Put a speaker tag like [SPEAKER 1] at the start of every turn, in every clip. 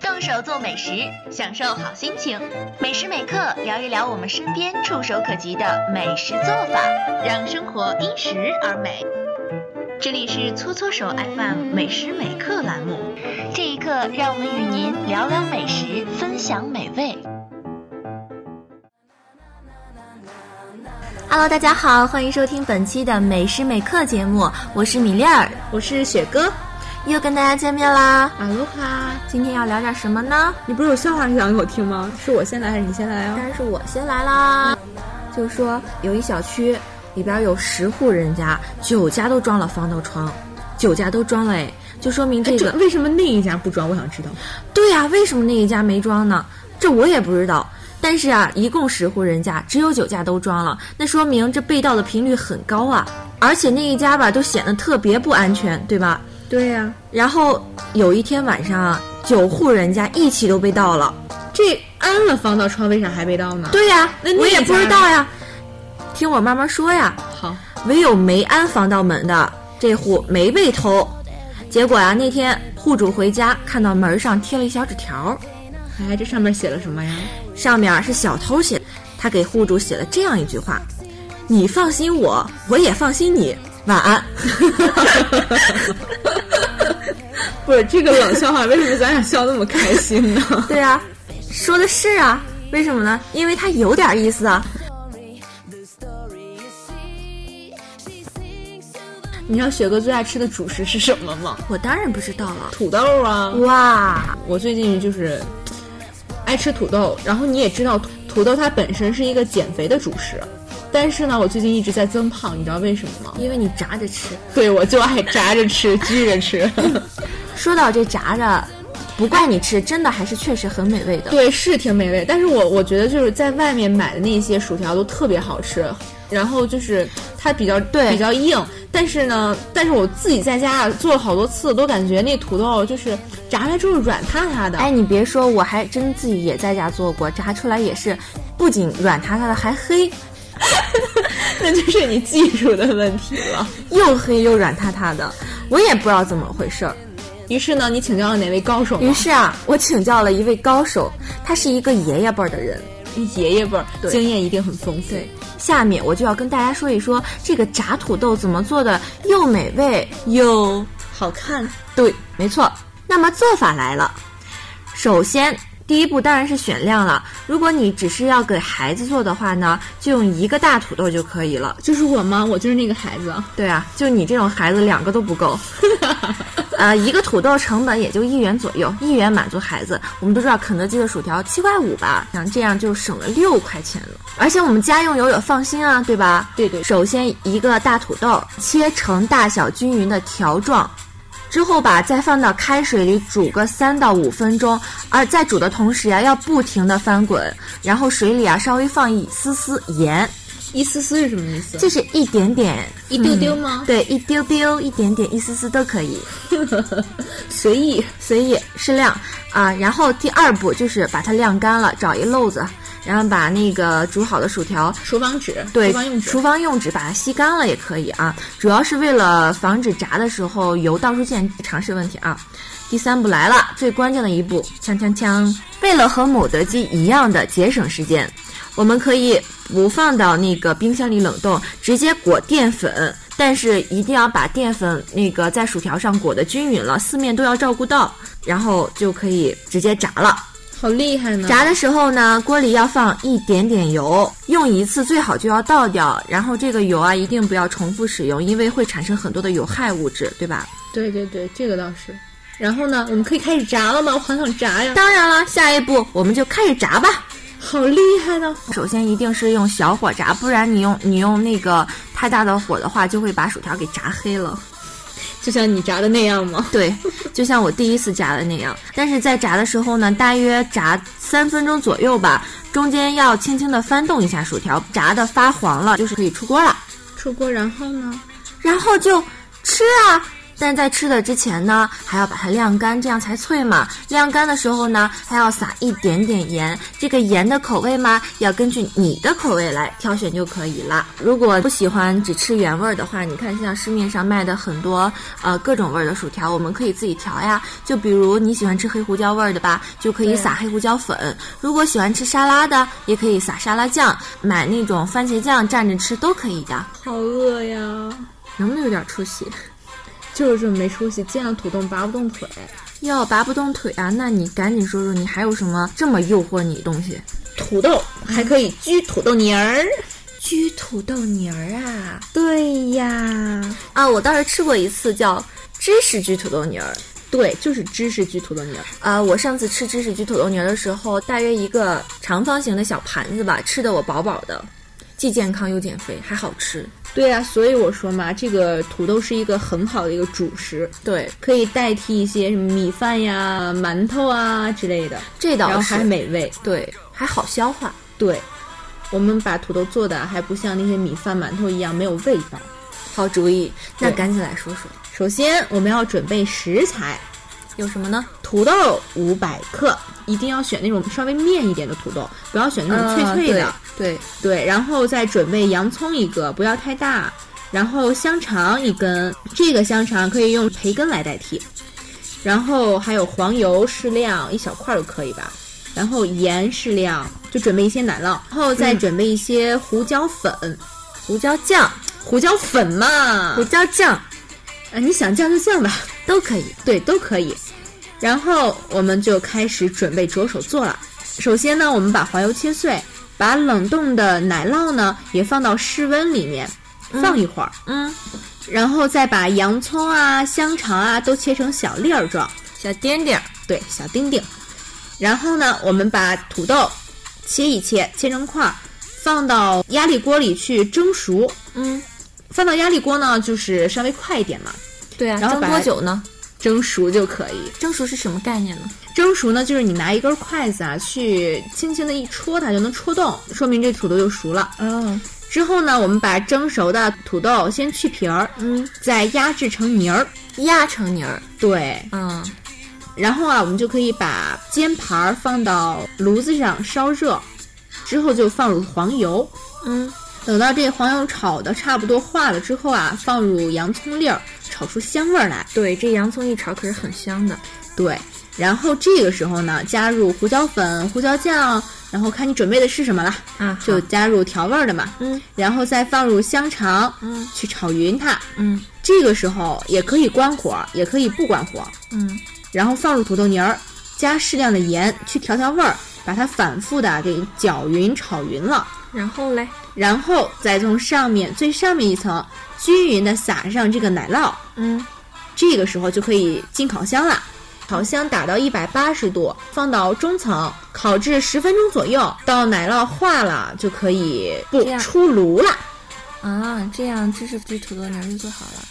[SPEAKER 1] 动手做美食，享受好心情。每时每刻聊一聊我们身边触手可及的美食做法，让生活因食而美。这里是搓搓手 FM 每时每刻栏目，这一刻让我们与您聊聊美食，分享美味。
[SPEAKER 2] Hello，大家好，欢迎收听本期的《每时每刻》节目，我是米粒儿，
[SPEAKER 3] 我是雪哥，
[SPEAKER 2] 又跟大家见面啦。
[SPEAKER 3] 阿罗哈，
[SPEAKER 2] 今天要聊点什么呢？
[SPEAKER 3] 你不是有笑话想给我听吗？是我先来还是你先来
[SPEAKER 2] 当
[SPEAKER 3] 啊？
[SPEAKER 2] 然是我先来啦。就说有一小区里边有十户人家，九家都装了防盗窗，九家都装了哎，就说明这
[SPEAKER 3] 哎
[SPEAKER 2] 个
[SPEAKER 3] 为什么那一家不装？我想知道。
[SPEAKER 2] 对呀、为什么那一家没装呢？这我也不知道。但是啊，一共十户人家，只有九家都装了，那说明这被盗的频率很高啊。而且那一家吧，都显得特别不安全，对吧？
[SPEAKER 3] 对呀、
[SPEAKER 2] 然后有一天晚上啊，九户人家一起都被盗了。
[SPEAKER 3] 这安了防盗窗，为啥还被盗呢？
[SPEAKER 2] 对呀、
[SPEAKER 3] 那那
[SPEAKER 2] 我也
[SPEAKER 3] 一家
[SPEAKER 2] 不知
[SPEAKER 3] 呢
[SPEAKER 2] 道呀。听我慢慢说呀。
[SPEAKER 3] 好，
[SPEAKER 2] 唯有没安防盗门的这户没被偷。结果啊，那天户主回家看到门上贴了一小纸条，
[SPEAKER 3] 哎，这上面写了什么呀？
[SPEAKER 2] 上面是小偷写的。他给户主写了这样一句话：“你放心我，我也放心你。晚安。
[SPEAKER 3] 不是这个冷笑话，为什么咱俩笑那么开心呢？”
[SPEAKER 2] 对啊，说的是啊，为什么呢？因为他有点意思啊。
[SPEAKER 3] 你知道雪哥最爱吃的主食是什么吗？
[SPEAKER 2] 我当然不知道了。
[SPEAKER 3] 土豆啊！
[SPEAKER 2] 哇，
[SPEAKER 3] 我最近就是爱吃土豆，然后你也知道，土土豆它本身是一个减肥的主食，但是呢，我最近一直在增胖，你知道为什么吗？
[SPEAKER 2] 因为你炸着吃。
[SPEAKER 3] 对，我就爱炸着吃，焗着吃。
[SPEAKER 2] 说到这炸的，不怪你吃，真的还是确实很美味的。
[SPEAKER 3] 对，是挺美味，但是我我觉得就是在外面买的那些薯条都特别好吃，然后就是它比较
[SPEAKER 2] 对
[SPEAKER 3] 比较硬，但是呢，但是我自己在家啊做了好多次，都感觉那土豆就是炸出来之后软塌塌的。
[SPEAKER 2] 哎，你别说，我还真自己也在家做过，炸出来也是，不仅软塌塌的，还 黑，
[SPEAKER 3] 那就是你技术的问题了。
[SPEAKER 2] 又黑又软塌塌的，我也不知道怎么回事儿。
[SPEAKER 3] 于是呢，你请教了哪位高手
[SPEAKER 2] 于
[SPEAKER 3] 呢？
[SPEAKER 2] 是啊，我请教了一位高手，他是一个爷爷辈儿的人。
[SPEAKER 3] 爷爷辈儿
[SPEAKER 2] 对
[SPEAKER 3] 经验一定很丰富。
[SPEAKER 2] 对，下面我就要跟大家说一说这个炸土豆怎么做的又美味又
[SPEAKER 3] 好看。
[SPEAKER 2] 对，没错。那么做法来了，首先第一步当然是选量了。如果你只是要给孩子做的话呢，就用一个大土豆就可以了。
[SPEAKER 3] 就是我吗？我就是那个孩子。
[SPEAKER 2] 对啊，就你这种孩子，两个都不 够。呃，一个土豆成本也就一元左右，一元满足孩子。我们都知道肯德基的薯条七块五吧，像这样就省了六块钱了。而且我们家用油也放心啊，对吧？
[SPEAKER 3] 对对
[SPEAKER 2] 首先一个大土豆切成大小均匀的条状，之后吧，再放到开水里煮个三到五分钟，而在煮的同时呀、要不停的翻滚，然后水里啊稍微放一丝丝盐，
[SPEAKER 3] 一丝丝是什么意思？嗯
[SPEAKER 2] 这是一点点
[SPEAKER 3] 一丢丢吗？
[SPEAKER 2] 对，一丢丢、一点点、一丝丝都可以，
[SPEAKER 3] 随意。
[SPEAKER 2] 随意适量啊。然后第二步就是把它晾干了，找一漏子，然后把那个煮好的薯条。
[SPEAKER 3] 厨房纸，厨
[SPEAKER 2] 对，
[SPEAKER 3] 房用纸
[SPEAKER 2] 厨。房用纸把它吸干了也可以啊，主要是为了防止炸的时候油到处溅常识问题啊。第三步来了，最关键的一步，锵锵锵！为了和某德基一样的节省时间，我们可以不放到那个冰箱里冷冻，直接裹淀粉，但是一定要把淀粉那个在薯条上裹得均匀了，四面都要照顾到，然后就可以直接炸了。
[SPEAKER 3] 好厉害呢！
[SPEAKER 2] 炸的时候呢，锅里要放一点点油，用一次最好就要倒掉。然后这个油啊，一定不要重复使用，因为会产生很多的有害物质，对吧？
[SPEAKER 3] 对对对，这个倒是。然后呢，我们可以开始炸了吗？我好想炸呀！
[SPEAKER 2] 当然了，下一步我们就开始炸吧。
[SPEAKER 3] 好厉害啊呢！
[SPEAKER 2] 首先一定是用小火炸，不然你用你用那个太大的火的话，就会把薯条给炸黑 了。
[SPEAKER 3] 就像你炸的那样吗？
[SPEAKER 2] 对，就像我第一次炸的那样。但是在炸的时候呢，大约炸三分钟左右吧，中间要轻轻的翻动一下薯条，炸的发黄了，就是可以出锅了。
[SPEAKER 3] 出锅，然后呢？
[SPEAKER 2] 然后就吃啊，但在吃的之前呢，还要把它晾干，这样才脆嘛。晾干的时候呢，还要撒一点点盐。这个盐的口味嘛，要根据你的口味来挑选就可以了。如果不喜欢只吃原味儿的话，你看像市面上卖的很多呃各种味儿的薯条，我们可以自己调呀。就比如你喜欢吃黑胡椒味儿的吧，就可以
[SPEAKER 3] 对
[SPEAKER 2] 撒黑胡椒粉；如果喜欢吃沙拉的，也可以撒沙拉酱，买那种番茄酱蘸着吃都可以的。
[SPEAKER 3] 好饿呀！
[SPEAKER 2] 能不能有点出息？
[SPEAKER 3] 就是这么没出息，见了土豆拔不动腿。
[SPEAKER 2] 要拔不动腿啊，那你赶紧说说你还有什么这么诱惑你的东西？
[SPEAKER 3] 土豆还可以焗土豆泥儿。
[SPEAKER 2] 焗土豆泥儿啊
[SPEAKER 3] 对呀，
[SPEAKER 2] 啊！我倒是吃过一次叫芝士焗土豆泥儿。
[SPEAKER 3] 对，就是芝士焗土豆泥儿。
[SPEAKER 2] 啊，我上次吃芝士焗土豆泥儿的时候，大约一个长方形的小盘子吧，吃的我饱饱的，既健康又减肥，还好吃。
[SPEAKER 3] 对呀、所以我说嘛，这个土豆是一个很好的一个主食，
[SPEAKER 2] 对，
[SPEAKER 3] 可以代替一些什么米饭呀、馒头啊之类的，
[SPEAKER 2] 这
[SPEAKER 3] 然
[SPEAKER 2] 倒
[SPEAKER 3] 后
[SPEAKER 2] 是
[SPEAKER 3] 还美味。
[SPEAKER 2] 对，还好消化。
[SPEAKER 3] 对，我们把土豆做的还不像那些米饭、馒头一样没有味道。
[SPEAKER 2] 好主意，那
[SPEAKER 3] 对
[SPEAKER 2] 赶紧来说说
[SPEAKER 3] 首先，我们要准备食材，
[SPEAKER 2] 有什么呢？
[SPEAKER 3] 土豆五百克，一定要选那种稍微面一点的土豆，不要选那种嗯脆脆的。
[SPEAKER 2] 啊对，对
[SPEAKER 3] 对，然后再准备洋葱一个，不要太大，然后香肠一根，这个香肠可以用培根来代替，然后还有黄油适量，一小块儿就可以吧。然后盐适量，就准备一些奶酪，然后再准备一些胡椒粉，
[SPEAKER 2] 胡椒酱，
[SPEAKER 3] 胡椒粉嘛
[SPEAKER 2] 胡，椒酱
[SPEAKER 3] 啊，你想酱就酱吧，
[SPEAKER 2] 都可以。
[SPEAKER 3] 对，都可以。然后我们就开始准备着手做了。首先呢，我们把黄油切碎，把冷冻的奶酪呢也放到室温里面放一会儿，
[SPEAKER 2] 嗯，
[SPEAKER 3] 然后再把洋葱啊、香肠啊都切成小粒儿状，
[SPEAKER 2] 小点点儿，
[SPEAKER 3] 对，小丁丁。然后呢，我们把土豆切一切，切成块儿，放到压力锅里去蒸熟。
[SPEAKER 2] 嗯，
[SPEAKER 3] 放到压力锅呢，就是稍微快一点嘛，
[SPEAKER 2] 对啊。
[SPEAKER 3] 然后
[SPEAKER 2] 蒸
[SPEAKER 3] 把
[SPEAKER 2] 多久呢？
[SPEAKER 3] 蒸熟就可以。
[SPEAKER 2] 蒸熟是什么概念呢？
[SPEAKER 3] 蒸熟呢，就是你拿一根筷子啊，去轻轻的一戳它，就能戳动，说明这土豆就熟了。
[SPEAKER 2] 哦，
[SPEAKER 3] 之后呢，我们把蒸熟的土豆先去皮儿，
[SPEAKER 2] 嗯，
[SPEAKER 3] 再压制成泥儿。
[SPEAKER 2] 压成泥儿，
[SPEAKER 3] 对，
[SPEAKER 2] 嗯，
[SPEAKER 3] 然后啊，我们就可以把煎盘儿放到炉子上烧热，之后就放入黄油。
[SPEAKER 2] 嗯，
[SPEAKER 3] 等到这黄油炒的差不多化了之后啊，放入洋葱粒儿，炒出香味儿来。
[SPEAKER 2] 对，这洋葱一炒可是很香的。
[SPEAKER 3] 对，然后这个时候呢，加入胡椒粉、胡椒酱，然后看你准备的是什么了。
[SPEAKER 2] 啊，
[SPEAKER 3] 就加入调味儿的嘛，
[SPEAKER 2] 嗯
[SPEAKER 3] 然后再放入香肠，
[SPEAKER 2] 嗯
[SPEAKER 3] 去炒匀它。
[SPEAKER 2] 嗯
[SPEAKER 3] 这个时候也可以关火，也可以不关火，
[SPEAKER 2] 嗯，
[SPEAKER 3] 然后放入土豆泥儿，加适量的盐去调调味儿，把它反复的给搅匀、炒匀了，
[SPEAKER 2] 然后嘞，
[SPEAKER 3] 然后再从上面最上面一层均匀的撒上这个奶酪，
[SPEAKER 2] 嗯
[SPEAKER 3] 这个时候就可以进烤箱啦。烤箱打到一百八十度，放到中层烤至十分钟左右，到奶酪化了就可以不
[SPEAKER 2] 这样
[SPEAKER 3] 出炉啦。
[SPEAKER 2] 啊，这样芝士焗土豆泥儿就做好了。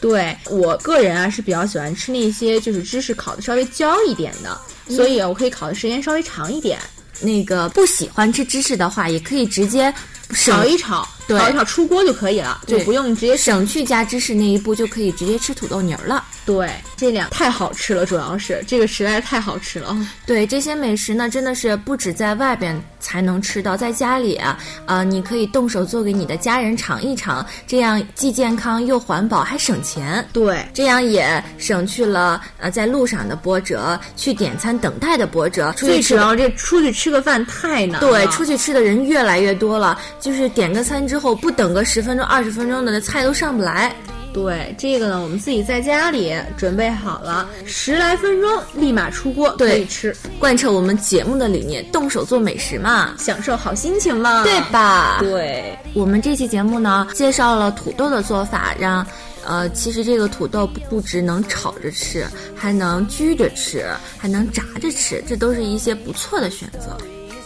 [SPEAKER 3] 对我个人啊是比较喜欢吃那些就是芝士烤的稍微焦一点的，
[SPEAKER 2] 嗯
[SPEAKER 3] 所以我可以烤的时间稍微长一点，
[SPEAKER 2] 那个不喜欢吃芝士的话，也可以直接省
[SPEAKER 3] 炒一炒，
[SPEAKER 2] 对
[SPEAKER 3] 炒一炒出锅就可以了，就
[SPEAKER 2] 对
[SPEAKER 3] 不用直接省。
[SPEAKER 2] 省去加芝士那一步，就可以直接吃土豆泥儿了。
[SPEAKER 3] 对，这两太好吃了，主要是这个实在是太好吃了。
[SPEAKER 2] 对这些美食呢，真的是不止在外边才能吃到，在家里啊，呃，你可以动手做给你的家人尝一尝，这样既健康又环保，还省钱。
[SPEAKER 3] 对，
[SPEAKER 2] 这样也省去了呃在路上的波折，去点餐等待的波折，出去
[SPEAKER 3] 最主
[SPEAKER 2] 吃
[SPEAKER 3] 要嗯这出去吃个饭太难了。
[SPEAKER 2] 对，出去吃的人越来越多了，就是点个餐之后不等个十分钟、二十分钟的菜都上不来。
[SPEAKER 3] 对这个呢，我们自己在家里准备好了，十来分钟立马出锅可
[SPEAKER 2] 对
[SPEAKER 3] 以吃，
[SPEAKER 2] 贯彻我们节目的理念，动手做美食嘛，
[SPEAKER 3] 享受好心情嘛。
[SPEAKER 2] 对吧？
[SPEAKER 3] 对，
[SPEAKER 2] 我们这期节目呢，介绍了土豆的做法，让。呃，其实这个土豆不不只能炒着吃，还能焗着吃，还能炸着吃，这都是一些不错的选择。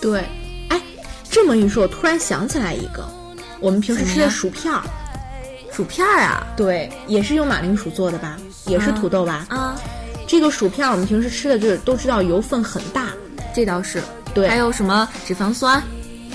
[SPEAKER 3] 对，哎，这么一说，我突然想起来一个，我们平时吃
[SPEAKER 2] 什么呀
[SPEAKER 3] 的薯片儿，
[SPEAKER 2] 薯片儿啊，
[SPEAKER 3] 对，也是用马铃薯做的吧，也是土豆吧。
[SPEAKER 2] 啊，
[SPEAKER 3] 这个薯片儿我们平时吃的就是都知道油分很大，
[SPEAKER 2] 这倒是。
[SPEAKER 3] 对
[SPEAKER 2] 还有什么脂肪酸？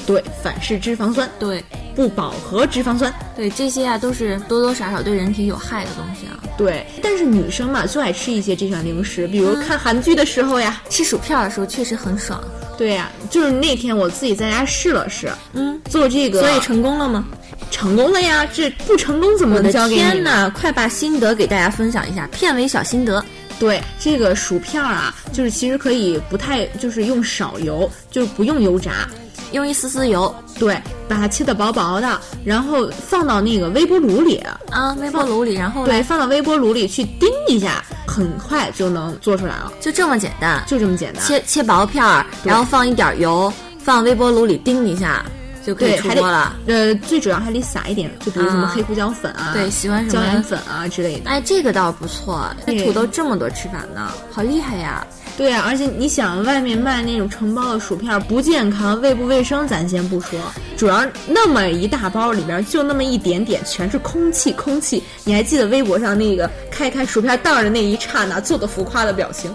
[SPEAKER 3] 对，反式脂肪酸、
[SPEAKER 2] 对，
[SPEAKER 3] 不饱和脂肪酸，
[SPEAKER 2] 对，这些啊都是多多少少对人体有害的东西啊。
[SPEAKER 3] 对，但是女生嘛，就爱吃一些这款零食，比如
[SPEAKER 2] 啊
[SPEAKER 3] 看韩剧的时候呀，
[SPEAKER 2] 吃薯片的时候确实很爽，
[SPEAKER 3] 对呀、就是那天我自己在家试了试，
[SPEAKER 2] 嗯，
[SPEAKER 3] 做这个，
[SPEAKER 2] 所以成功了吗？
[SPEAKER 3] 成功了呀，这不成功怎么
[SPEAKER 2] 我的
[SPEAKER 3] 能交给你
[SPEAKER 2] 天
[SPEAKER 3] 呢？
[SPEAKER 2] 呐，快把心得给大家分享一下，片尾小心得。
[SPEAKER 3] 对，这个薯片儿啊，就是其实可以不太，就是用少油，就是不用油炸，
[SPEAKER 2] 用一丝丝油
[SPEAKER 3] 对，把它切的薄薄的，然后放到那个微波炉里，
[SPEAKER 2] 啊，微波炉里，然后
[SPEAKER 3] 对，放到微波炉里去叮一下，很快就能做出来了，
[SPEAKER 2] 就这么简单，
[SPEAKER 3] 就这么简单。
[SPEAKER 2] 切切薄片儿，
[SPEAKER 3] 对
[SPEAKER 2] 然后放一点油，放微波炉里叮一下就可以
[SPEAKER 3] 对，
[SPEAKER 2] 出
[SPEAKER 3] 还得
[SPEAKER 2] 锅了。
[SPEAKER 3] 呃，最主要还得撒一点，就比如什么
[SPEAKER 2] 啊
[SPEAKER 3] 黑胡椒粉啊，
[SPEAKER 2] 对，喜欢什
[SPEAKER 3] 椒盐
[SPEAKER 2] 么？
[SPEAKER 3] 粉啊之类的。
[SPEAKER 2] 哎，这个倒不错，那
[SPEAKER 3] 对
[SPEAKER 2] 土豆这么多吃法呢，好厉害呀！
[SPEAKER 3] 对啊，而且你想，外面卖那种成包的薯片不健康、卫不卫生，咱先不说，主要那么一大包里边就那么一点点，全是空气，空气。你还记得微博上那个开开薯片袋儿的那一刹那做的浮夸的表 情，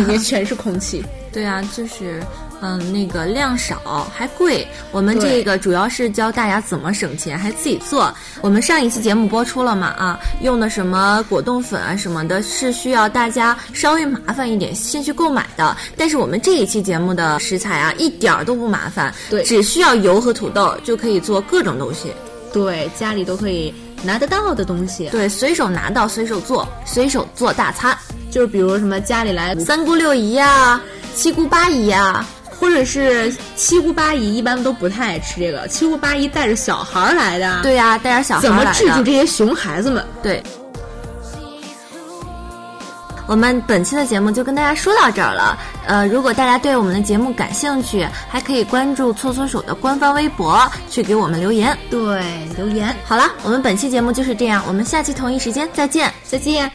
[SPEAKER 3] 里面全是空气。
[SPEAKER 2] 对啊，就是。嗯，那个量少还贵，我们
[SPEAKER 3] 对
[SPEAKER 2] 这个主要是教大家怎么省钱，还自己做。我们上一期节目播出了嘛啊，用的什么果冻粉啊什么的，是需要大家稍微麻烦一点先去购买的。但是我们这一期节目的食材啊，一点儿都不麻烦，
[SPEAKER 3] 对
[SPEAKER 2] 只需要油和土豆就可以做各种东西。
[SPEAKER 3] 对，家里都可以拿得到的东西，
[SPEAKER 2] 对，随手拿到，随手做，随手做大餐，
[SPEAKER 3] 就是比如什么家里来
[SPEAKER 2] 三姑六姨啊，七姑八姨啊，
[SPEAKER 3] 或者是七姑八姨一般都不太爱吃这个，七姑八姨带着小孩儿来的，，
[SPEAKER 2] 对呀、带点小孩
[SPEAKER 3] 怎么
[SPEAKER 2] 儿来
[SPEAKER 3] 制
[SPEAKER 2] 的
[SPEAKER 3] 住这些熊孩子们？
[SPEAKER 2] 对。我们本期的节目就跟大家说到这儿了。呃，如果大家对我们的节目感兴趣，还可以关注搓搓手的官方微博去给我们留言。
[SPEAKER 3] 对，留言，
[SPEAKER 2] 好了，我们本期节目就是这样，我们下期同一时间再见。
[SPEAKER 3] 再见。